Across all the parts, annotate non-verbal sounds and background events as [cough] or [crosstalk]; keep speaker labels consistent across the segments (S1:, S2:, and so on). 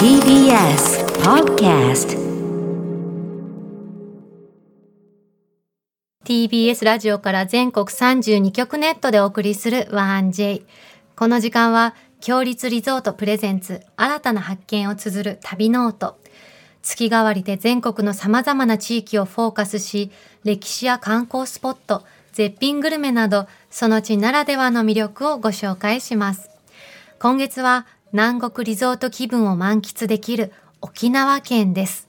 S1: TBS Podcast
S2: TBS ラジオから全国32局ネットでお送りする 1J この時間は強立リゾートプレゼンツ新たな発見を綴る旅ノート月替わりで全国の様々な地域をフォーカスし歴史や観光スポット絶品グルメなどその地ならではの魅力をご紹介します今月は南国リゾート気分を満喫できる沖縄県です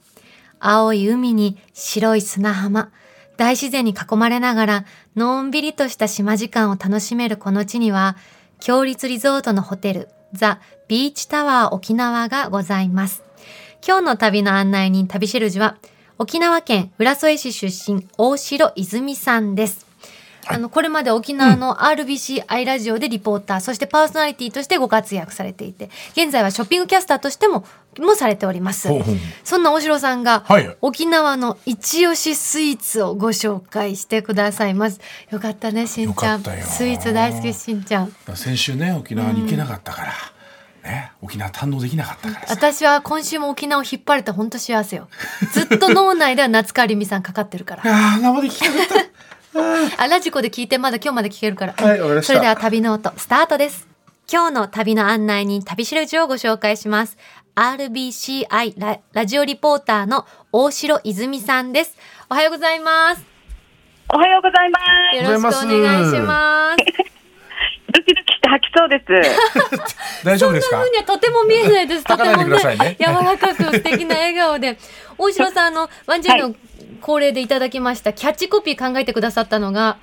S2: 青い海に白い砂浜、大自然に囲まれながら、のんびりとした島時間を楽しめるこの地には、強立リゾートのホテル、ザ・ビーチタワー沖縄がございます。今日の旅の案内人、旅しるじは、沖縄県浦添市出身、大城泉さんです。あのこれまで沖縄の RBCI ラジオでリポーター、そしてパーソナリティとしてご活躍されていて現在はショッピングキャスターとしてももされております
S3: ほうほう
S2: そんな大城さんが、
S3: はい
S2: 沖縄の一押しスイーツをご紹介してくださいますよかったねしんちゃん
S3: よかったよ
S2: スイーツ大好きしんちゃん
S3: 先週ね沖縄に行けなかったから、ね、沖縄堪能できなかったからさ
S2: 私は今週も沖縄を引っ張れて本当幸せよずっと脳内では夏川りみさんかかってるから
S3: ああ生で聞きたかった
S2: あラジコで聞いてまだ今日まで聞けるから
S3: はいわかりまし
S2: そ
S3: た
S2: れでは旅ノートスタートです今日の旅の案内人旅しるじをご紹介します RBCI ララジオリポーターの大城泉さんですおはようございます
S4: おはようございま
S2: よ
S4: す。
S2: ろしくお願いします。
S4: ドキドキして吐きそ
S3: [laughs]
S4: うで
S2: [laughs]
S4: す。
S3: 大丈夫です
S2: そんな
S3: か
S2: 風にはとても見えないです。と
S3: 吐かな
S2: て
S3: い
S2: も
S3: でくださいね
S2: 柔らかく素敵な笑顔で。大城さん、あの、ワンジェイ
S4: は
S2: の恒例でいただきました、キャッチコピー考えてくださったのが、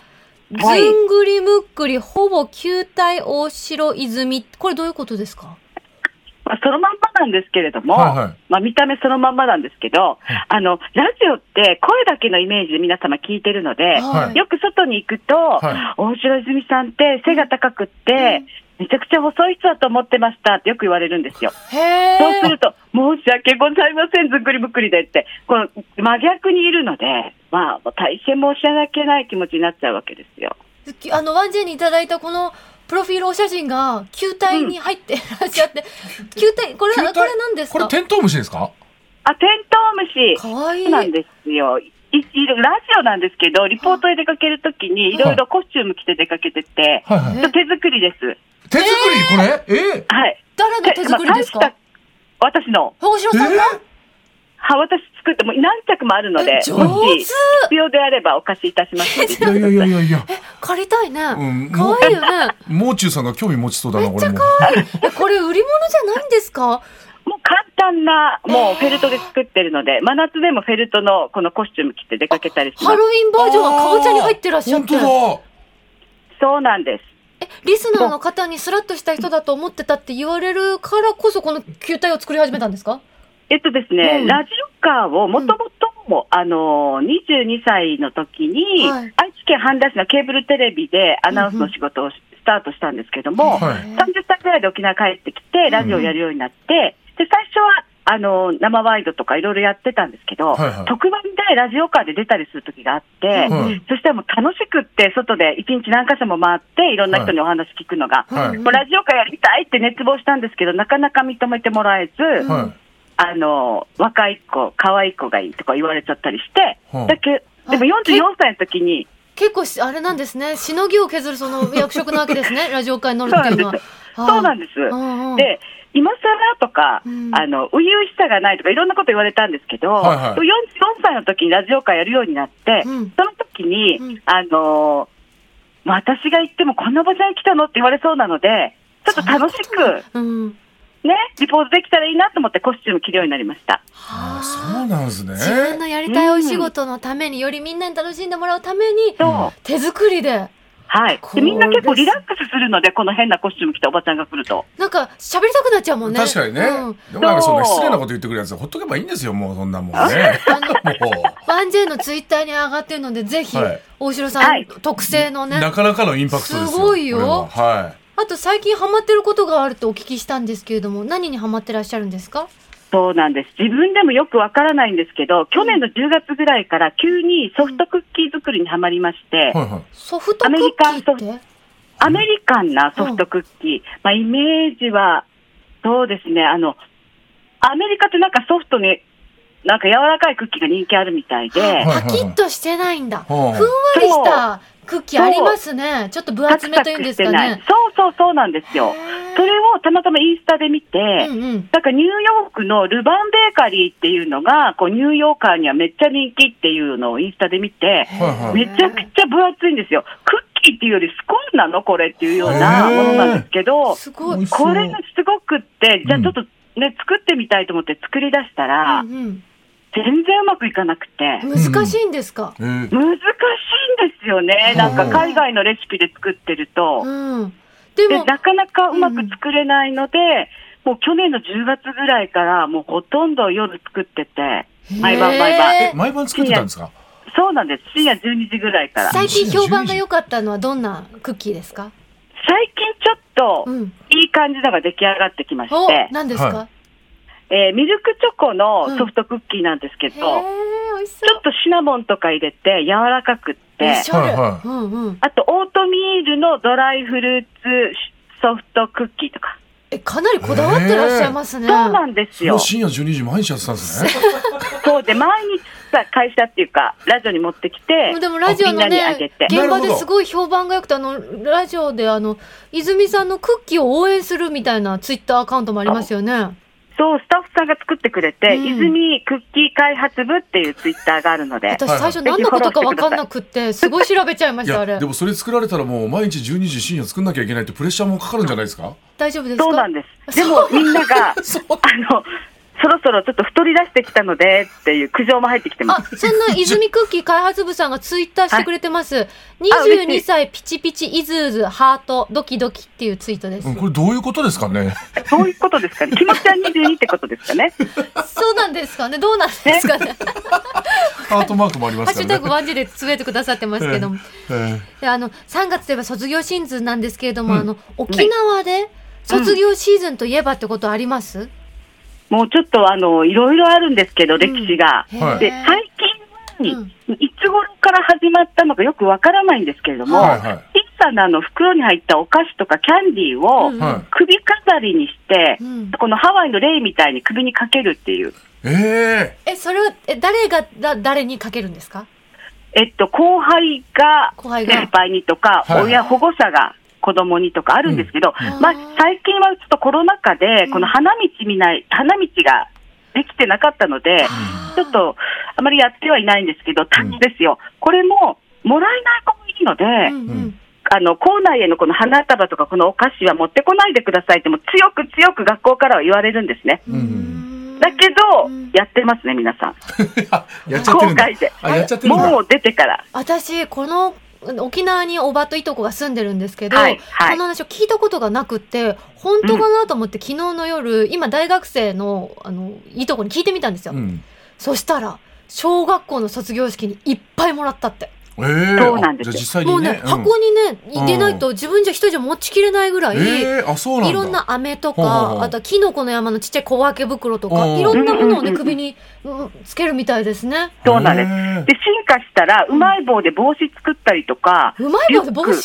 S4: はい
S2: ずんぐりむっくり、ほぼ球体大城泉。これどういうことですか
S4: まあ、そのまんまなんですけれども、
S3: はいはい
S4: まあ、見た目そのまんまなんですけど、あの、ラジオって声だけのイメージで皆様聞いてるので、
S2: はい
S4: よく外に行くと、
S3: は
S4: 大城泉さんって背が高くって、めちゃくちゃ細い人だと思ってましたってよく言われるんですよ。
S2: へえ。
S4: そうすると、申し訳ございません、ずっくりぶっくりでって、この真逆にいるので、まあ、大変申し訳ない気持ちになっちゃうわけですよ。
S2: きあの、ワンジェイにいただいたこの、プロフィールお写真が球体に入ってらっしゃって、球体、これ、こ
S3: 球
S2: れ
S3: 体
S2: 何です
S3: これ
S2: か
S3: テントウムシですか
S4: あ、テントウムシ。
S2: かわいい。
S4: そうなんですよ。いいラジオなんですけど、リポートへ出かけるときに、いろいろコスチューム着て出かけてて、
S3: はいはい
S2: え
S4: 手作りです。
S3: 手作りこれえー
S4: はい。
S2: 誰の手作りです
S4: まあ
S2: か
S4: 大した私の、
S2: 大城さんが
S4: は、私作っても何着もあるので
S2: え、上手
S4: もし必要であればお貸しいたしますので。
S3: えー、いやいやいやいや
S2: 借りたいね。
S3: ん
S2: かわいいよね。
S3: もう中さんが興味持ちそうだな
S2: めっちゃ
S3: 俺も
S2: 可愛い。え、これ売り物じゃないんですか。
S4: もう簡単な、もうフェルトで作ってるので、真夏でもフェルトのこのコスチューム着て出かけたりしま
S2: ハ
S4: す。
S2: ロウィンバージョンはかぼちゃに入ってらっしゃって
S3: あー。本
S4: そうなんです。
S2: え、リスナーの方にスラッとした人だと思ってたって言われるからこそ、この球体を作り始めたんですか。
S4: えっとですね、
S2: うん
S4: ラジオカーをもともと、あのー、22歳だった時に、
S2: はい
S4: 愛知県半田市のケーブルテレビでアナウンスの仕事をしスタートしたんですけども、
S3: は
S2: へ
S3: い
S2: ー
S4: 30歳ぐらいで沖縄帰ってきて、ラジオやるようになって、で、最初は、あのー、生ワイドとかいろいろやってたんですけど、
S3: はいはい
S4: 特番でラジオカーで出たりする時があって、
S3: 当だ、
S2: う
S3: は
S2: ん
S3: い、
S4: そしたらもう楽しくって、外で一日何箇所も回って、いろんな人にお話聞くのが、
S3: はい
S4: もうラジオカーやりたいって熱望したんですけど、なかなか認めてもらえず、
S2: うん
S3: はい
S4: あの、若い子、可愛い子がいいとか言われちゃったりして、
S3: はあ
S4: だけでも
S2: あ
S4: 44歳の時に、
S2: 結構し、あれなんですね。しのぎを削るその役職なわけです
S3: [laughs]
S2: ね。ラジオ界に乗
S4: そう
S2: るっ
S4: な
S2: てい
S4: ん
S2: う
S4: で
S2: のは。
S4: す。 [laughs] そうなん
S2: で
S4: です。
S2: す
S4: で、今更とか、
S2: うん
S4: あの、初々しさがないとかいろんなこと言われたんですけど、
S3: はいはい
S4: 44歳の時にラジオ会やるようになって、
S2: うん
S4: その時に、
S2: うん
S4: あのーまあ私が行ってもこんなおばちゃん来たのって言われそうなので、ちょっと楽しく、
S2: うん。
S4: ね、リポートできたらいいなと思ってコスチューム着るようになりました。
S3: あーそうなんですね
S2: 自分のやりたいお仕事のために、よりみんなに楽しんでもらうために、
S4: そう。
S2: 手作りで。
S4: はい
S2: こ。れ
S4: でみんな結構リラックスするので、この変なコスチューム着たおばちゃんが来ると。
S2: なんか喋りたくなっちゃうもんね。
S3: 確かにね、
S2: うん
S3: でもなんかそんな失礼なこと言ってくるやつほっとけばいいんですよもうそんなもんね [laughs] も
S2: ワンジェイのツイッターに上がってるので、ぜひ
S3: はい、
S2: 大城さん、
S4: はい
S2: 特製の
S3: う
S2: ね。
S3: なかなかのインパクトですよ
S2: すごいよ
S3: これははい
S2: あと最近ハマってることがあるとお聞きしたんですけれども、何にハマってらっしゃるんですか
S4: そうなんです。自分でもよくわからないんですけど、去年の10月ぐらいから急にソフトクッキー作りにはまりまして、
S3: はいはい
S2: ソフトクッキーっ
S4: アメリ
S2: て
S4: アメリカンなソフトクッキー。まあ、イメージは、そうですね、あの、アメリカってなんかソフトに、なんか柔らかいクッキーが人気あるみたいで、
S3: はいはい
S2: パキッとしてないんだ。ふん
S3: は
S2: わ
S3: あ
S2: りしたクッキーありますね。ちょっと分厚めというんですか
S4: ない
S2: ね。。
S4: そうそうそうなんですよ。それをたまたまインスタで見て、
S2: うんうん。
S4: なんかニューヨークのルバンベーカリーっていうのが、こうニューヨーカーにはめっちゃ人気っていうのをインスタで見て、
S3: はいはい。
S4: めちゃくちゃ分厚いんですよ。クッキーっていうよりスコーンなのこれっていうようなものなんですけど、
S2: すごい。
S3: 美味しそう
S4: これがすごくって、じゃあちょっとね、作ってみたいと思って作り出したら、
S2: うん
S4: 全然うまくいかなくて、
S2: うん、難しいんですか。
S3: えー
S4: 難しいんですよね。なんか海外のレシピで作ってると
S2: う。ん。で
S4: で
S2: も、
S4: なかなかうまく作れないので、もう去年の10月ぐらいから、もうほとんど夜作ってて、毎晩毎
S2: へ
S4: 晩。
S2: ー
S3: 毎晩作ってたんですか。
S4: そうなんです。深夜12時ぐらいから。
S2: 最近評判が良かったのはどんなクッキーですか。
S4: 最近ちょっ
S2: う
S4: と、
S2: ん。
S4: いい感じのが出来上がってきまし
S2: お
S4: て、、
S2: 何ですか
S3: は。
S4: えーミルクチョコのソフトクッキーなんですけ
S2: へえ
S4: ど、、
S2: 美味しそ
S4: ちょっ
S2: う。
S4: とシナモンとか入れて柔らかくっ
S2: お
S4: て、
S2: しゃれ。
S3: はいは
S2: うんうん。
S4: あとオートミールのドライフルーツソフトクッキーとか。
S2: え、かなりこだわってらっしゃいますね。
S4: そうなんです
S3: それ
S4: よ
S3: を。深夜12時毎日やってたんですね。
S4: そうで、毎日さ、会社っていうか、ラジオに持ってきて、
S2: でもラジオの
S4: みんなにあげ
S2: ね
S4: て、。
S2: 現場ですごい評判が良くて、あの、ラジオであの、泉さんのクッキーを応援するみたいなツイッターアカウントもありますよね。
S4: そう、スタッフさんが作ってくれて、
S2: うん
S4: 泉クッキー開発部っていうツイッターがあるので、
S2: 私
S3: はい
S2: 最初何のことか分かんなくって、すごい調べちゃいま
S3: い
S2: した、あ
S3: や
S2: れ
S3: で。もそれ作られたらもう毎日12時深夜作んなきゃいけないってプレッシャーもかかるんじゃないですか。
S2: 大丈夫ですか
S4: そうなんです。でもみんなが、あの、そろそろちょっと太り出してきたのでっていう苦情も入ってきてます。
S2: あ、そんな泉クッキー開発部さんがツイッターしてくれてます。
S4: 嬉し
S2: 22
S4: い
S2: 歳ピチピチイズーズハートドキドキっていうツイートです
S3: うん。これどういうことです
S2: [laughs]
S3: かね。
S4: そういうことですかね。気持ちは22ってことですかね。
S2: そうなんですかねどうなんですかね
S3: ハートマークもありま
S2: ハッ
S3: す
S2: シュ
S3: から
S2: タグ
S3: ね。
S2: ワンジでつぶえてくださってますけども。
S3: ええ
S2: であの3月といえば卒業シーズンなんですけれども、
S3: うん
S2: あの沖縄で卒業シーズンといえばってことあります、
S4: もうちょっとあの、いろいろあるんですけど、歴史が。
S2: へ
S3: は
S2: ー
S3: い
S4: で、最近は、いつ頃から始まったのかよくわからないんですけれども、
S3: はいはい
S4: 小さなあの袋に入ったお菓子とかキャンディーを
S2: うん
S3: は
S4: 首飾りにして、
S2: うん
S4: このハワイのレイみたいに首にかけるっていう、
S3: い。え
S2: えそれはえ誰がだ誰にかけるんですか
S4: えっと、後輩が
S2: 後輩
S4: 先
S2: が。
S4: 輩にとか、
S3: はい
S4: 親、保護者が子供にとかあるんですけど、
S2: うん
S4: まあ
S2: あー、
S4: 最近はちょっとコロナ禍で、
S2: ん
S4: この花道見ない、花道ができてなかったので、
S2: あー
S4: ちょっとあまりやってはいないんですけど、ただですよ、これももらえない子もいるので、
S2: うんうん
S4: あの校内へのこの花束とか、このお菓子は持ってこないでくださいって、もう強く強く学校からは言われるんですね。
S3: うん
S4: だけど、
S2: うん
S4: やってますね、皆さん。
S3: えあやっちゃってるんだ
S4: 後悔で。
S3: あやっちゃってるんだ。
S4: もう出てから。
S2: 私この沖縄におばといとこが住んでるんですけど、
S4: はいはい
S2: この話を聞いたことがなくって本当かなと思って、昨日の夜今大学生のあのいとこに聞いてみたんですよ、
S3: うん。
S2: そしたら小学校の卒業式にいっぱいもらったって
S3: ええ。
S4: そうなんです
S3: あじゃ
S4: よ
S3: あ実際
S2: も
S3: に
S2: うね、
S3: ね。うん
S2: 箱にね入れないと自分じゃ一人じゃ持ちきれないぐらい、
S3: ええあそうなんだ。
S2: いろんな飴とか、
S3: ほうほうほう
S2: あとはキノコの山のちっちゃい小分け袋とか、
S3: うん
S2: いろんなものをね
S4: うんうんうん
S2: 首にうんつけるみたいですね。
S4: そうなんです。
S3: え
S4: で、進化したら、うまい棒で帽子作ったりとか、
S2: うまい棒で帽
S4: リュ
S2: 子
S4: ッ？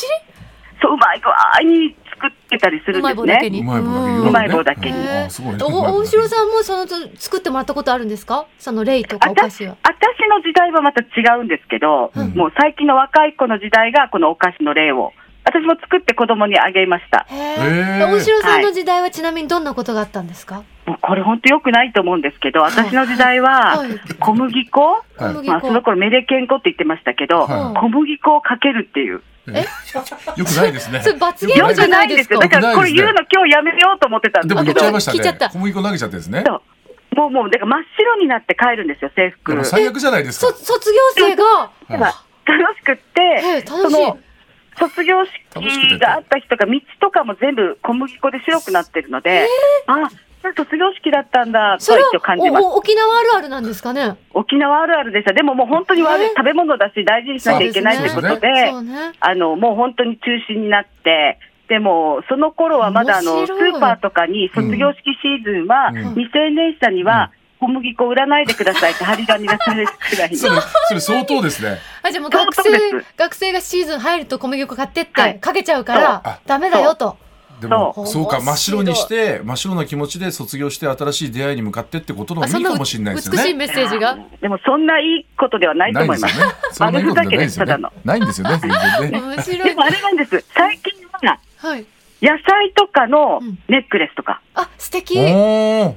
S4: そう、うまい具合に作ってたりする
S2: うんまい
S4: です
S2: 棒だけ
S4: ね。
S2: に。
S3: うまい棒だけに
S2: うん
S4: うまい棒だけに
S2: へー
S3: あすごいね
S2: お大城さんもその作ってもらったことあるんですか？そのレイとかお菓子は。
S4: 私の時代はまた違うんですけど、
S3: うん
S4: もう最近の若い子の時代がこのお菓子の例を、私も作って子供にあげました。
S2: へ
S3: へ
S2: え。
S3: ー
S2: 大城さんの時代はちなみにどんなことがあったんですか？
S4: もうこれ本当良くないと思うんですけど、
S2: い
S4: 私の時代は
S2: はい、
S4: 小麦粉、
S2: 小麦
S4: まあ、その
S2: 粉。
S4: 頃メレケン粉って言ってましたけど、
S3: はい
S4: 小麦粉をかけるっていう。
S3: よくないですね。
S2: [laughs] それ罰ゲーム
S4: 良
S2: じゃ
S4: く
S2: な
S4: ないい
S2: で
S4: ですす
S2: か
S4: よ。だからこれ言うの今日やめようと思ってたん
S3: で
S4: です
S3: も言
S4: け
S3: っ
S4: ど
S3: ちゃいました
S2: 聞いちゃっ
S3: ね
S2: た。
S3: 小麦粉投げちゃってですね。
S4: そうもうもう、だから真っ白になって帰るんですよ、制服。
S3: でも
S4: 楽し
S3: 最悪じゃないです
S2: そ
S3: か。
S2: 卒業生が。
S4: く
S2: へ
S4: って
S2: え、
S4: そ
S2: 楽しい。
S4: の、卒業式があった日とか、道とかも全部小麦粉で白くなってるので、あ、卒業式だったんだ、と
S2: そ
S4: は
S2: れ
S4: 一応感じま
S2: は
S4: す。
S2: おお沖縄あるあるなんですかね。
S4: 沖縄あるあるでした。でももう本当に悪い
S2: え
S4: 食べ物だし、大事にしなきゃいけないってことで、
S2: そうね。
S4: あの、もう本当に中止になって、でも、その頃はまだあの、
S2: 面
S4: ス
S2: 白い
S4: ーパーとかに卒業式シーズンは、
S3: うん
S4: 未成年者には、小麦粉売らないでくださいって張り紙がされるくらい
S3: それそれ相当ですね。
S2: あじゃあもう学生
S4: そうです
S2: 学生がシーズン入ると小麦粉買ってって、
S4: はい
S2: かけちゃうから
S3: あ
S2: ダメだよと。
S3: でも
S4: そう
S3: そうか
S5: 面
S3: 真っ
S5: 白
S3: 白
S5: い
S3: にして真っ白な気持ちで卒業して新しい出会いに向かってってことの
S2: あ
S3: もいい
S2: な
S3: か
S2: う
S3: もしれない
S2: 美
S3: ですよ
S2: しい
S3: ね。
S2: メッセージが。
S4: でもそんないいことではないと
S3: ない
S4: 思
S3: で
S4: い
S3: すよ
S4: ま
S3: ね
S4: す。。
S3: そんないいことじゃないですよ
S4: あれ
S3: ね
S4: だ。
S3: ないんですよね。全然ね。
S2: 面白
S4: で
S2: い
S4: も。あれなんです。最近は
S2: はい。
S4: 野菜とかの
S2: うん
S4: ネックレスとか、
S2: あ、素敵。
S3: お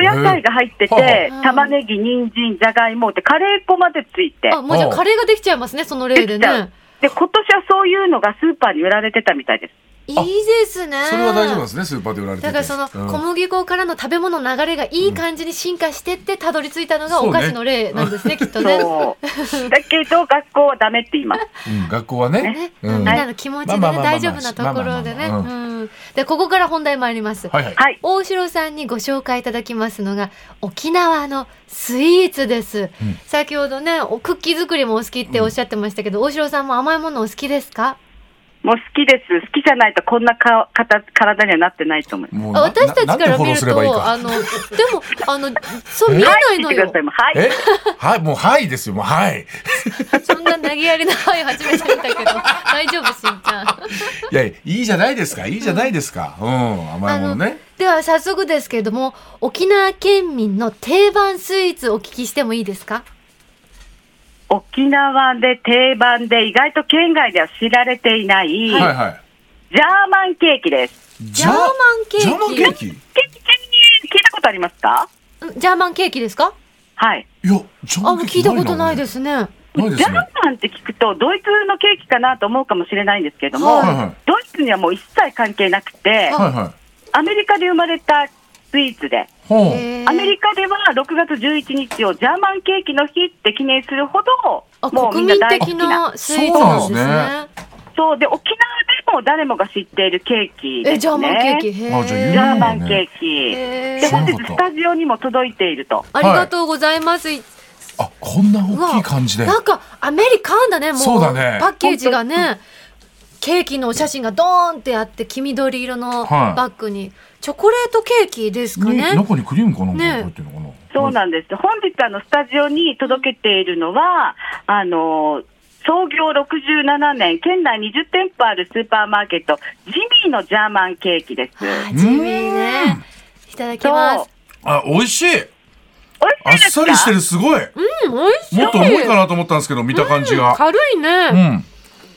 S4: お野菜が入って
S3: へ
S4: て
S2: ー、
S4: 玉ねぎ、人参、じゃがいもってカレー粉までついて。
S2: あ、もうじゃあカレーができちゃいますね、その例で
S4: できちゃ
S2: ね
S4: う。で、今年はそういうのがスーパーに売られてたみたいです。
S2: いいですね。
S3: ーそれは大丈夫なんですね。スーパーで売られてて。
S2: だからその
S3: うん
S2: 小麦粉からの食べ物の流れがいい感じに進化してってたどり着いたのがお菓子の例なんですね、きっとね。
S4: そう。だけど学校はダメって言います。
S3: うん学校はね
S2: ね。
S3: う
S2: みん
S3: ん
S2: なの気持ちでね
S3: まあまあまあまあ
S2: 大丈夫なところでね。
S3: まあまあ
S2: うんでここから本題参ります。
S3: はいはい。
S4: はい。
S2: 大城さんにご紹介いただきますのが沖縄のスイーツです、
S3: うん
S2: 先ほどねおクッキー作りもお好きっておっしゃってましたけど、大城さんも甘いものお好きですか
S4: もう好きです。好きじゃないとこんなか形体にはなってないと思います。
S3: もう
S2: あ
S3: な
S2: 私たちか
S3: ななんて
S2: ら
S3: フォ
S2: 見
S3: ロー
S2: る
S3: す
S2: と
S3: ればいいか。
S2: あのでもあのそう見えないの
S4: 聞いてく
S2: よ
S4: ださい。もうはい。
S3: えはい、もうはいですよ、もうはい。
S2: そんな投げやりな範囲初めて見たけど大丈夫しんちゃん
S3: いや、いいじゃないですか、いいじゃないですか。うん、甘いものね。
S2: では早速ですけれども沖縄県民の定番スイーツお聞きしてもいいですか
S4: 沖縄で定番で意外と県外では知られていない、ジャ
S3: はいはい。
S4: ーマンケーキです。
S3: ジ
S2: ャーマンケーキ
S3: ジャーマンケーキい
S4: ケーキちなみに聞いたことありますか
S2: んジャーマンケーキですか
S4: はい。
S3: や、ジャー
S2: あ
S3: マン
S2: もう聞
S3: ケーキ。
S2: いたことないですすね
S3: ないです
S4: ジャー
S3: ね。
S4: マンって聞くとドイツのケーキかなと思うかもしれないんですけれども、
S2: はい
S3: はい
S4: ドイツにはもう一切関係なくて、
S3: はいはい。
S4: アメリカで生まれたスイーツで、
S3: ほう。
S2: へー
S4: アメリカでは6月11日をジャーマンケーキの日って記念するほ
S2: あ
S4: ど、もうみ
S2: 国
S4: んな
S2: 民
S4: 大好
S2: 的
S4: きな。
S2: なスイーツなんです
S3: そう
S2: ね
S3: な。
S4: そうで、沖縄でも誰もが知っているケーキです、ね。
S2: え、ジャーマンケーキ。へ
S3: あじゃあ有
S4: ジ
S3: 名
S4: ャー
S2: ー
S4: マンケーキ。
S2: へ
S4: で
S2: ー
S4: 本日スタジオにも届いていると。
S2: ありがとうございます。
S3: あ、こんな大きい感じで。
S2: なんかアメリカンだね、もう。
S3: そうだね
S2: パッケージがね。ケーキのお写真がドーンってあって黄緑色の
S3: はい
S2: バッグに、チョコレートケーキですか
S3: に
S2: ね。
S3: 中にクリームかなんか
S2: ね
S3: 入ってるのかな。
S4: そうなんです。本日あのスタジオに届けているのは、あの創業67年、県内20店舗あるスーパーマーケット、ジミーのジャーマンケーキです。
S2: あ地味ね。いただきま
S4: そう
S2: す。。
S3: あ、美味しい。
S4: 美
S3: あっ
S4: 味しいですか
S3: さりしてる、すご
S2: うん、
S3: い。
S2: 美味しい。
S3: もっと重いかなと思ったんですけど、見た感じが。
S2: 軽いうね。
S3: ん。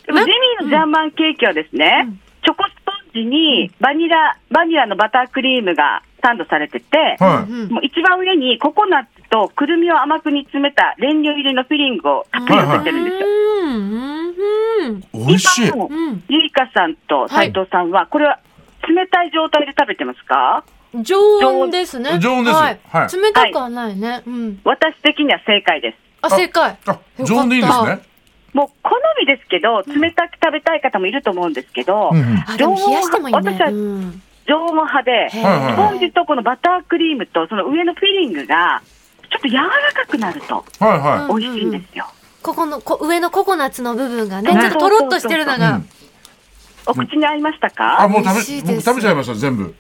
S4: でもジミーのジャーマンケーキはですね、チョコスポンジにバニラ、バニラのバタークリームがサンドされてて、
S3: は
S2: う
S3: い。
S2: ん
S4: もう一番上にココナッツとくるみを甘く煮詰めた練乳入りのフィリングをたっぷり乗せてるんですよ。
S2: うん、うん、
S3: 美味しい。
S4: 今も
S2: うん。
S4: ゆいかさんと斉藤さんは、これは冷たい状態で食べてますか
S2: 常温ですね。
S3: 常温です
S2: はい
S3: は。い
S2: 冷たくはないね。うん。
S4: 私的には正解です。
S2: あ、正解。
S3: あ、常温でいいんですね。
S4: もう好みですけど、冷たく食べたい方もいると思うんですけど、
S3: うんうん。
S2: あ、でも冷やしてもいいね。
S4: 常温
S2: うん
S4: 常温派で、
S2: へ
S4: ス
S2: ー
S3: はいはい
S4: ポンジとこのバタークリームとその上のフィリングが、ちょっと柔らかくなると
S3: はいは
S4: 美味しいんですよ。
S2: ここのこ上のココナッツの部分がね、ち
S4: う
S2: ょ
S4: ん
S2: っととろっとしてるの
S3: い。う
S2: が
S3: ん。
S4: お口に合いました
S3: あ、
S4: か
S3: もう
S2: 美味しいです
S3: 食べ、僕食べちゃいました、全部。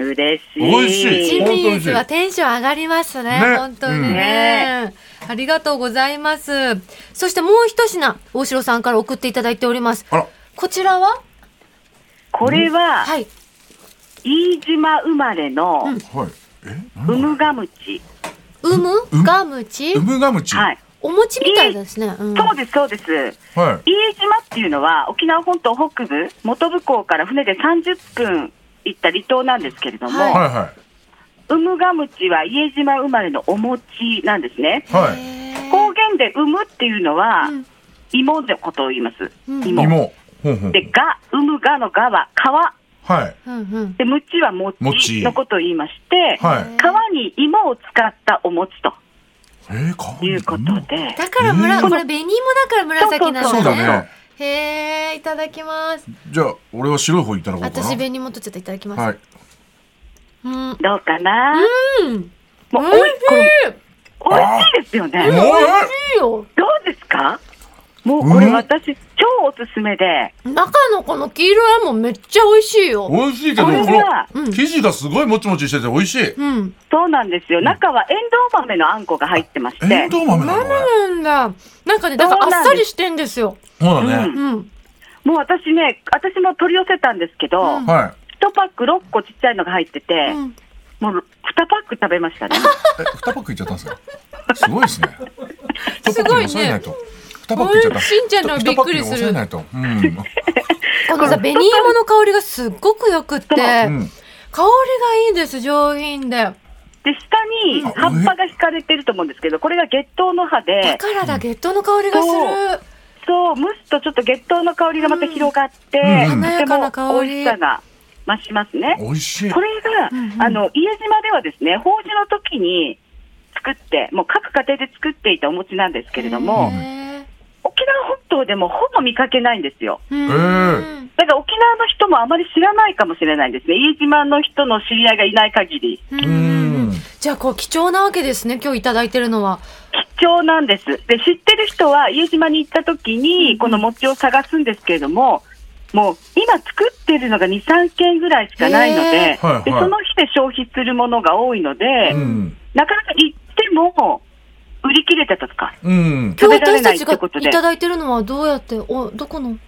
S4: 嬉しい。
S3: 美味し
S2: チ
S3: い
S2: ミーズはテンション上がりますね。
S3: ね
S2: 本当にね
S3: うん
S4: ね
S2: ありがとうございます。そしてもう一品、大城さんから送っていただいております。
S3: あら。
S2: こちらは
S4: これは、
S2: はい。
S4: 飯島生まれの
S3: はい。えなんだ
S4: ウムガムチ。
S2: うむ
S3: うむ
S2: ガムチ
S3: ウムガムチ。
S4: は
S3: はいい。。
S2: お餅みたいですね。うん
S4: そうです、そうです。飯島っていうのは沖縄本島北部本部港から船で30分行った離島なんですけれども、
S2: はい
S3: はいは
S4: ウムガムチは家島生まれのお餅なんですね
S3: い。はい。
S2: へー
S4: 方言で「産む」っていうのは、
S2: うん
S4: 芋のことを言います、
S2: うん
S4: 芋
S3: 芋。ほんほん
S4: で「が」「産むが」の「が」は皮
S3: はい。
S2: うんうん。
S4: で「むち」は餅
S3: 餅
S4: のことを言いまして、
S3: はい。
S4: 皮に芋を使ったお餅と
S3: えー、かわいい。
S4: いうことで、
S2: だからむら、
S3: えー
S2: これ紅芋だから紫なんだね。
S3: そうだね。
S2: へえ、いただきます。
S3: じゃあ、俺は白い方いただこうかな。
S2: 私紅芋とちょっといただきます。
S3: はい。
S2: うん。
S4: どうかな、
S2: うん。
S4: もう
S2: 美味し
S4: おい美味しいですよね
S3: おい
S2: いよ。
S4: どうですかもうこれ私、超おすすめで
S2: 中のこの黄色いもんめっちゃ美味しいよ。
S3: 美味しいけど、
S4: こ
S3: こ
S4: れ
S3: の
S4: が
S2: うん
S3: 生地がすごいもちもちしてて美味しい。
S2: うん。
S4: そうなんですよ中はエンドウ豆のあんこが入ってまして
S3: エンドウ豆なのこ
S2: なんだ。なんかね、だからあっさりしてんですよ。
S3: れそうだね。
S2: うん。
S4: もう私ね私も取り寄せたんですけど、
S2: うん
S3: は
S4: 1パック6個ちっちゃいのが入ってて、
S6: うん
S4: もう2パック食べましたね。
S3: え、二パックいっちゃったんですか。すごいですね。
S2: すごいね
S3: 一パックに抑えないと。二パックいっちゃった。
S2: 美味しいんじゃないびっくりする
S3: 一パックに抑えないと。
S2: このさ紅芋の香りがすっごくよくって、
S3: うん。うん。
S2: 香りがいいです上品で
S4: で、下に
S3: うん
S4: 葉っぱが引かれてると思うんですけど、これが月桃の葉
S2: だ
S4: で、
S2: からだ月桃の香りがする、
S4: そう、蒸すとちょっと月桃の香りがまた広がって、
S3: うんうん
S2: 華やかな香り
S4: とても美味しさが増しますね。
S3: 美味しい。
S4: これが、あの、家島ではですね、法事の時に作って、もう各家庭で作っていたお餅なんですけれども、
S2: へ
S4: 沖縄本島でもほぼ見かけないんですよ。
S2: ーうん
S3: え
S4: だから沖縄の人もあまり知らないかもしれないですね。家島の人の知り合いがいない限り。
S3: う
S2: うん
S3: ん。
S2: じゃあこう貴重なわけですね今日いただいてるのは
S4: 貴重なんです。で、知ってる人は家島に行った時に、この餅を探すんですけれども、もう今作ってるのが2、3件ぐらいしかないの
S2: へ
S4: で、
S3: ーはい
S4: で
S3: はい
S4: その日で消費するものが多いので、
S3: うん。
S4: なかなか行っても、売り切れてたとか、
S3: うん。
S2: 今
S4: 食
S2: 日
S4: べられ
S2: 私
S4: な
S2: た
S4: いっ
S2: ち
S4: て
S2: が
S4: ことで
S2: いただいてるのはどうやっておどこの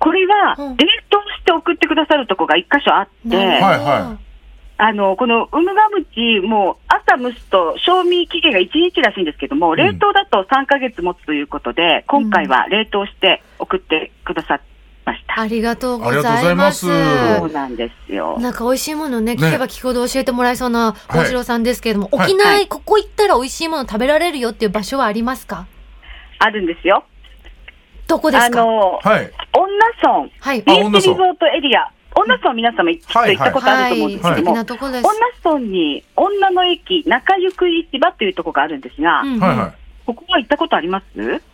S4: これは
S2: うん
S4: 冷凍して送ってくださるとこが一箇所あって、
S2: なるほど
S3: はいは
S4: あの、このウムガムチ、もう朝蒸すと賞味期限が1日らしいんですけども、
S3: ん
S4: 冷凍だと3ヶ月持つということで、今回は冷凍して送ってくださいました。
S2: ありがとうございます
S3: ありがとうございま
S4: そうなんですよ。
S2: なんか美味しいものをね
S3: ね
S2: 聞けば聞くほど教えてもらえそうな
S3: はい
S2: 大城さんですけれども、
S3: はい
S2: 沖縄、
S4: は
S2: ここ行ったら美味しいもの食べられるよっていう場所はありますか
S4: あるんですよ。
S2: どこで
S4: あ
S2: すか
S4: の、
S3: はい。
S4: 恩納村、
S2: はい
S3: あ
S4: ビー
S3: 恩納村
S4: チリゾートエリア、恩納村皆様きっと行ったことあると思うんですけ
S2: 素
S4: ど
S2: 敵
S4: も、
S2: なとこです、
S4: 恩納村に女の駅中行く市場というところがあるんですが、
S2: うんうん
S3: はいは
S4: ここは行ったことあります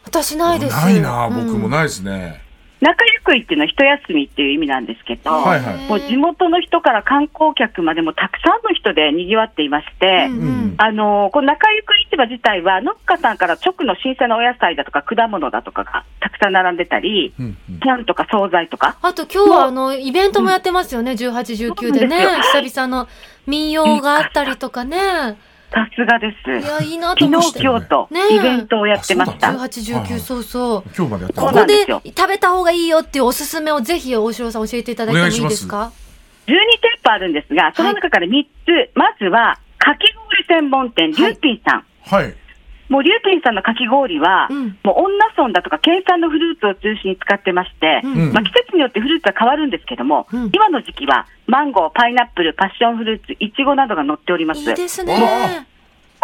S2: 私
S3: い。
S2: ないです
S3: ないな、僕も
S2: な、
S3: ないですね。
S4: 中ゆくいっていうのは一休みっていう意味なんですけど、
S3: はいはい
S4: もう地元の人から観光客までもたくさんの人で賑わっていまして、
S2: うん
S3: うん。
S4: あのーこの中ゆく市場自体は、農家さんから直の新鮮なお野菜だとか果物だとかがたくさん並んでたり、
S3: うんうん
S4: パンとか惣菜とか、
S2: あと今日はあのイベントもやってますよね、18、19でね
S4: そうなん
S2: 久々の民謡があったりとかね、
S4: さすがで
S2: い
S4: す。
S2: やいいなと思
S4: 昨
S2: っ
S4: 日、
S2: て
S4: 今日と
S2: ねえ
S4: イベントをやってまし
S3: あそう
S4: た。
S2: 18、
S3: だはいは
S2: 19
S3: い
S2: そうそう
S3: 今日までやった
S4: そ
S2: こ
S4: う
S3: の
S4: な
S2: こ
S4: んで
S2: です
S4: よ
S2: 食べた方がいいよっていうおすすめをぜひ大城さん教えていただいてもいいですか
S4: 12店舗あるんですが、その中から3つ、まずは、かき氷専門店、リューピンさん。
S3: はい。
S4: もうリューピンさんのかき氷は、
S2: うん
S4: もう女村だとか県産のフルーツを中心に使ってまして、
S2: うん
S4: まあ、季節によってフルーツは変わるんですけども、
S2: うん
S4: 今の時期はマンゴー、パイナップル、パッションフルーツ、イチゴなどが乗っております。
S2: いいですね
S3: あ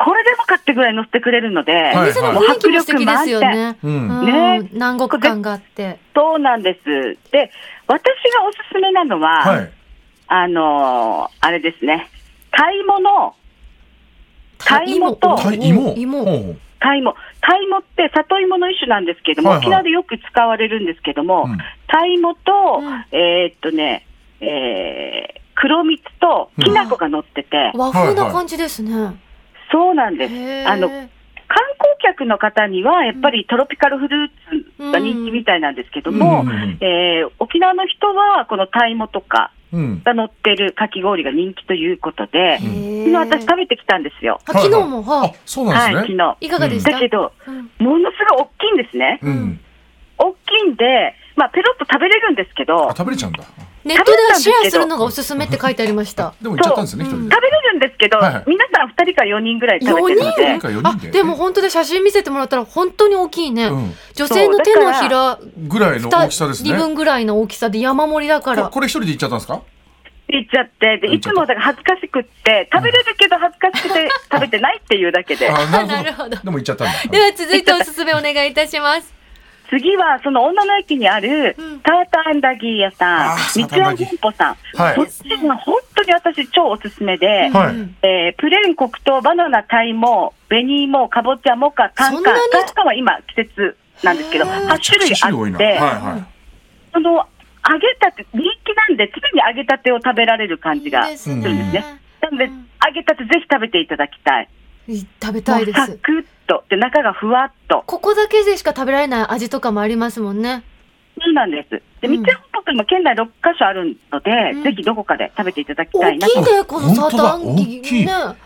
S4: これでもかってぐらい乗ってくれるので、
S2: お
S3: はい
S2: 店の雰囲気も素敵ですよ
S4: 迫力
S2: ね、
S3: うん
S2: うん
S4: ね
S2: 南国感があって
S4: そうなんです。で、私がおすすめなのは、
S3: はい。
S4: あのーあれですね、タイモの、タイモと、
S3: タイ芋。
S2: 芋
S3: ほう
S4: タイモ。タイモって里芋の一種なんですけども、
S3: はいはい
S4: 沖縄でよく使われるんですけども、
S3: うん
S4: タイモと、
S2: うん
S4: えーっとね、えー、黒蜜ときな粉が乗ってて、
S2: 和風な感じですね、
S4: そうなんです。
S2: へー
S4: あの、観光客の方には、やっぱりトロピカルフルーツが人気みたいなんですけども、
S3: うんうん
S4: えー沖縄の人は、このタイモとか
S3: うん。
S4: が乗ってるかき氷が人気ということ
S2: へ
S4: で、
S2: ー
S4: 昨日私食べてきたんですよ。
S2: あ昨日もは
S3: あ
S2: い、
S3: そう
S4: はい、
S3: なんで
S4: 昨
S3: すね。
S4: 日。
S2: いかがでした、
S4: だけど、
S2: うん
S4: ものすごい大きいんですね。
S3: うん。
S4: 大きいんで、まあ、ペロッと食べれるんですけど
S3: あ、、食べれちゃうんだ。
S2: ネットではシェアするのがおすすめって書いてありました
S3: でも行っちゃったんですね、一
S2: そう
S3: 人で。
S4: 食べれるんですけど、
S3: はいはい
S4: 皆さん2人から4人ぐらい食べてるの
S3: な
S4: で
S3: ん、か4
S2: あ
S3: 人で。
S2: でも本当で写真見せてもらったら本当に大きいね、
S3: うん
S2: 女性の手のひら
S3: ぐらいの大きさです
S2: 2
S3: ね。
S2: 分ぐらいの大きさで山盛りだから
S3: ここれ一人で行っちゃったんですか
S4: 行っちゃって、で、
S3: 行
S4: い
S3: っち
S4: つ
S3: ゃった
S4: もだから恥ずかしくって、食べれるけど恥ずかしくて食べてないっていうだけで。
S3: あ
S2: [laughs] なるほど
S3: でも行っちゃったんだ。
S2: では続いておすすめお願いいたします。
S4: 次は、その女の駅にある
S2: うん、
S4: タータンダギー屋
S3: あ
S4: さ
S3: ー
S4: ん、三つ編み本舗さん。
S3: はい
S4: こっちが本当に私超おすすめで、
S3: はい
S2: うん
S4: えープレーン黒糖、バナナ、タイモ、紅芋、かぼちゃ、モカ、カン
S2: そんな
S4: カン
S2: に。
S4: カンカンは今季節なんですけど、
S2: へー
S4: 8種類
S3: 多い
S4: あっ
S3: な。
S4: て、
S3: はいはい。
S4: その、揚げたて、人気なんで、常に揚げたてを食べられる感じが
S2: いいですす
S4: るんですね。
S2: ね。
S4: なので、
S2: うん
S4: 揚げたてぜひ食べていただきたい。
S2: い食べたいで
S4: もうサ
S2: す。
S4: クッと。で、中がふわっと。
S2: ここだけでしか食べられない味とかもありますもんね。
S4: そうなんです。で、
S2: うん
S4: 三つ本国にも県内6カ所あるので、
S2: ん
S4: ぜひどこかで食べていただきた
S2: 大
S4: い
S2: き
S4: なと。
S2: いねこのサーターアン
S3: 本当だ大き
S2: ギ
S3: い
S2: ね。
S3: でもやっ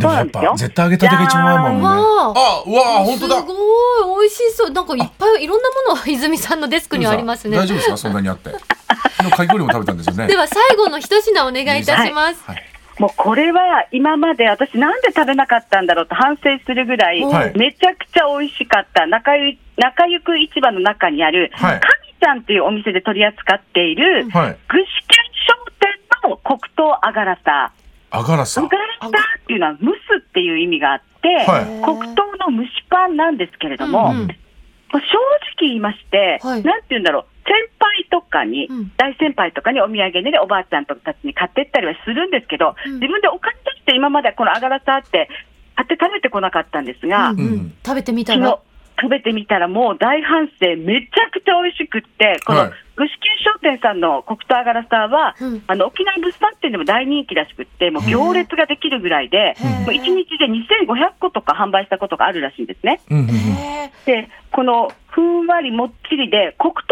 S4: そうな
S3: ぱ
S4: んですよ
S3: 絶対揚げたてが一番うまいもんね
S2: わ
S3: あうわあ本
S2: す
S3: 当だ
S2: ごい美味しそうなんかいっぱいいろんなものが泉さんのデスクにはありますね
S3: 大丈夫ですかそんな
S2: [laughs]
S3: にあって昨日かき氷も食べたんですよね
S2: では最後の一品お願いいたします、
S3: はい
S4: もうこれは今まで私なんで食べなかったんだろうと反省するぐらい、
S3: はい
S4: めちゃくちゃ美味しかった中ゆ中ゆく市場の中にある、
S3: はい
S4: 神ちゃんというお店で取り扱っている、
S3: はい
S4: 具志堅商店の黒糖あがらさ。
S3: あがらさ
S4: あ
S3: ん
S4: がらさっていうのは蒸すっていう意味があって、
S3: はい
S4: 黒糖の蒸しパンなんですけれど
S3: う
S4: も、
S3: ん
S4: 正直言いまして、
S2: はい
S4: なんて言うんだろう、先輩とかに、
S2: うん
S4: 大先輩とかにお土産でね、おばあちゃんとかたちに買ってったりはするんですけど、
S2: うん
S4: 自分でお金出して今までこのあがらさって買って食べてこなかったんですが、
S2: うんうん食べてみた
S4: 昨
S2: ら
S4: 日食べてみたらもう大反省、めちゃくちゃ美味しくって、こ
S3: は
S4: の
S3: い
S4: 具志堅商店さんの黒糖あがらさは、
S2: うん
S4: あの沖縄物産展でも大人気らしくって、もう行列ができるぐらいで、
S2: へー
S4: もう1日で2500個とか販売したことがあるらしいんですね。
S3: うんうんうん
S2: へ
S4: で、このふんわりもっちりで、黒糖の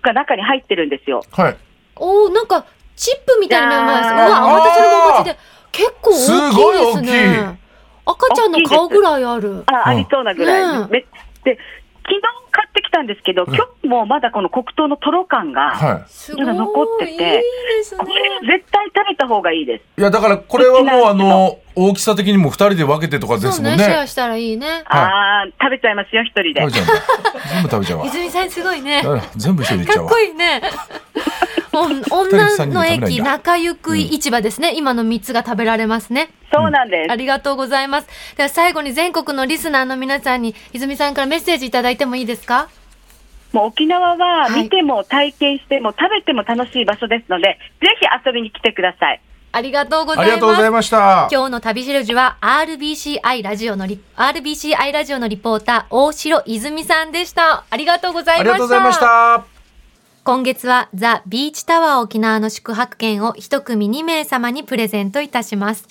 S4: 粒が中に入ってるんですよ。
S3: はい
S2: ーおーなんかチップみたいなのが
S4: いや
S2: う
S4: ー
S2: わまたそれがお餅で結構大きいですね
S3: すごい大きい
S2: 赤ちゃんの顔ぐらいある
S4: あありそうなぐらい、
S2: うん
S4: めで昨日買ってきたんですけど、
S3: うん
S4: 今日もまだこの黒糖のとろ感が、
S3: は
S2: すごい
S4: まだ残ってて
S2: いいですね
S4: これ絶対食べた方がいいです。
S3: いいやだからこれはもうあの大きさ的にも二人で分けてとかで
S2: そ
S3: す
S2: う
S3: も
S2: ね
S3: ん
S2: シェ
S3: ね
S2: アしたらいいね
S4: ああー食べちゃいますよ、一人で
S3: 食べ。ちゃうんだ全部食べちゃうわ
S2: 泉さんすごいね
S3: だから全部一人でいっちゃ
S2: か
S3: う
S2: っ
S3: わ
S2: こいいね。 [laughs] お
S3: 人
S2: 女の
S3: 三人で食べない
S2: 駅
S3: んだ
S2: 中行く市場ですね。今の3つが食べられますね。
S4: そうなんです。
S2: ありがとうございます。では最後に全国のリスナーの皆さんに、泉さんからメッセージいただいてもいいですか
S4: もう沖縄は
S2: はい
S4: 見ても体験しても食べても楽しい場所ですので、ぜひ遊びに来てください。
S2: ありがとうござ
S3: あ
S2: います。
S3: りがとうございました
S2: 今日の旅しるじは RBCI ラジオのリ、RBCI ラジオのリポーター、大城泉さんでした。ありがとうござ
S3: あ
S2: いました。
S3: りがとうございました
S2: 今月はザ・ビーチタワー沖縄の宿泊券を一組2名様にプレゼントいたします。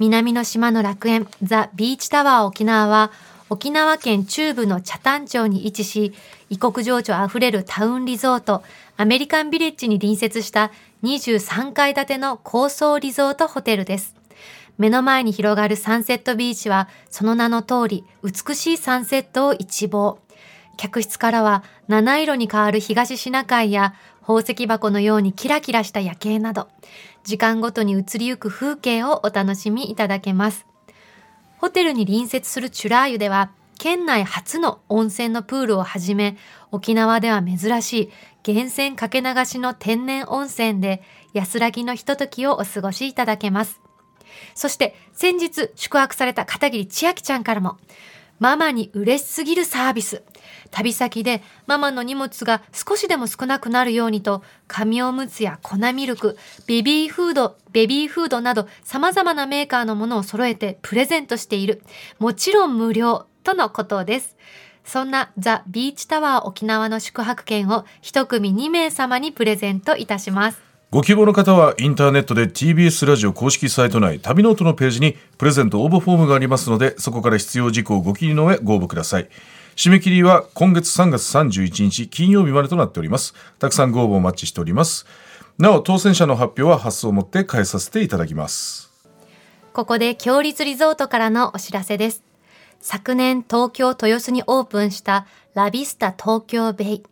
S2: 南の島の楽園ザ・ビーチタワー沖縄は沖縄県中部の北谷町に位置し、異国情緒あふれるタウンリゾート、アメリカンビレッジに隣接した23階建ての高層リゾートホテルです。目の前に広がるサンセットビーチは、その名の通り、美しいサンセットを一望。客室からは、七色に変わる東シナ海や、宝石箱のようにキラキラした夜景など、時間ごとに移りゆく風景をお楽しみいただけます。ホテルに隣接するチュラー湯では、県内初の温泉のプールをはじめ、沖縄では珍しい源泉かけ流しの天然温泉で安らぎのひとときをお過ごしいただけます。そして先日宿泊された片桐千秋ちゃんからも、ママに嬉しすぎるサービス。旅先でママの荷物が少しでも少なくなるようにと、紙おむつや粉ミルク、ベビーフード、ベビーフードなど様々なメーカーのものを揃えてプレゼントしている。もちろん無料とのことです。そんなザ・ビーチタワー沖縄の宿泊券を一組2名様にプレゼントいたします。
S3: ご希望の方はインターネットで TBS ラジオ公式サイト内旅ノートのページにプレゼント応募フォームがありますのでそこから必要事項をご記入の上ご応募ください締め切りは今月3月31日金曜日までとなっておりますたくさんご応募お待ちしておりますなお当選者の発表は発送をもって返させていただきます
S2: ここで強立リゾートからのお知らせです。昨年東京豊洲にオープンしたラビスタ東京ベイ。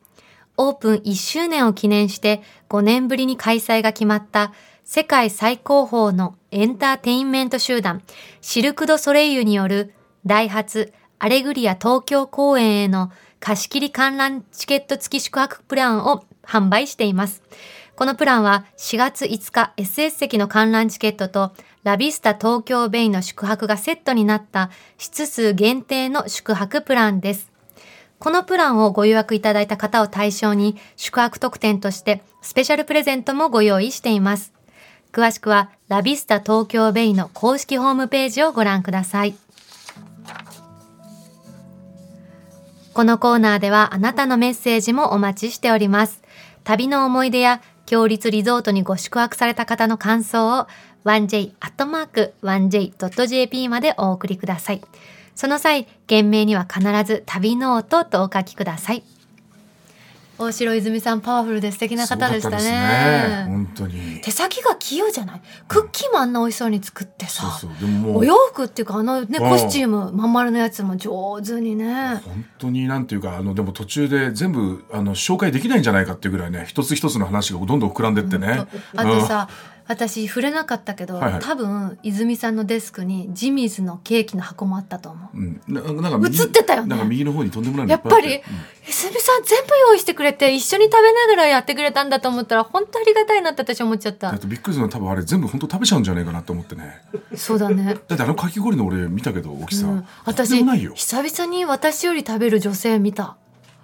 S2: オープン1周年を記念して5年ぶりに開催が決まった世界最高峰のエンターテインメント集団シルク・ド・ソレイユによるダイハツアレグリア東京公演への貸切観覧チケット付き宿泊プランを販売しています。このプランは4月5日 SS 席の観覧チケットとラビスタ東京ベイの宿泊がセットになった室数限定の宿泊プランです。このプランをご予約いただいた方を対象に宿泊特典としてスペシャルプレゼントもご用意しています。詳しくはラビスタ東京ベイの公式ホームページをご覧ください。このコーナーではあなたのメッセージもお待ちしております。旅の思い出や、強立リゾートにご宿泊された方の感想を、1j.1j.jp までお送りください。その際、件名には必ず旅ノートとお書きください。大城泉さんパワフルで素敵な方でしたね
S3: すごかったですね本当に
S2: 手先が器用じゃないクッキーもあんな美味しそうに作ってさ、
S3: そうそうでももう
S2: お洋服っていうかあのね
S3: うん
S2: コスチュームまん丸のやつも上手にね
S3: 本当になんていうかあのでも途中で全部あの紹介できないんじゃないかっていうぐらいね一つ一つの話がどんどん膨らんでってね、
S2: [laughs] あとさ、私触れなかったけど、
S3: はいはい
S2: 多分泉さんのデスクにジミーズのケーキの箱もあったと思う、
S3: うん、ななんか右
S2: 映ってたよね
S3: なんか右の方にとんでもないのい
S2: やっぱ
S3: いあ
S2: り
S3: て
S2: 泉さん全部用意してくれて一緒に食べながらやってくれたんだと思ったら本当ありがたいなって私思っちゃっ
S3: あ
S2: た
S3: とびっくりするのは多分あれ全部本当食べちゃうんじゃないかなと思ってね
S2: そうだ
S3: [laughs]
S2: ね
S3: だってあのかき氷の俺見たけど大きさ、
S2: うん、
S3: とんで
S2: 私
S3: もないよい
S2: 久々に私より食べる女性見た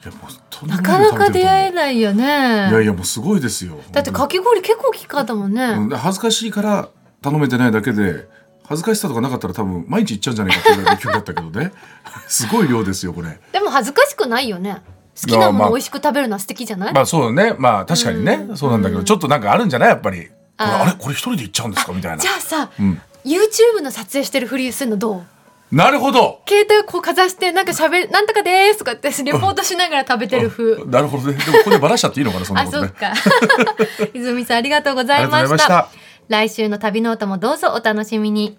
S3: やもうとんで
S2: な
S3: も
S2: か
S3: な
S2: な
S3: いの食べ
S2: か
S3: てる
S2: 出
S3: と思う
S2: 会えないよね
S3: いやいやもうすごいですよ
S2: だってかき氷結構大きかったもんね、
S3: うんで恥ずかしいから頼めてないだけで恥ずかしさとかなかったら多分毎日行っちゃうんじゃないかっていうぐらいの勢いだったけどね [laughs] すごい量ですよこれ
S2: でも恥ずかしくないよね好きなもの美味しく食べるのは素敵じゃない、
S7: まあそうだねまあ確かにね、そうなんだけどちょっとなんかあるんじゃないやっぱりこれ
S2: あー
S7: あれこれ一人で行っちゃうんですかみたいな
S2: じゃあさ、
S3: ん
S2: YouTube の撮影してるふりするのどう
S7: なるほど
S2: 携帯こうかざしてなんかしゃべなんとかでーすとかってレポートしながら食べてる風
S7: なるほどねでもここでバラしちゃっていいのかなそんな
S2: あ
S7: こ
S2: そ
S7: と
S2: っ
S7: ね [laughs]
S2: か泉さんありがとうござい
S7: あ
S2: ま
S7: りがとうご
S2: し
S7: ざいま
S2: た
S7: した
S2: 来週の旅ノートもどうぞお楽しみに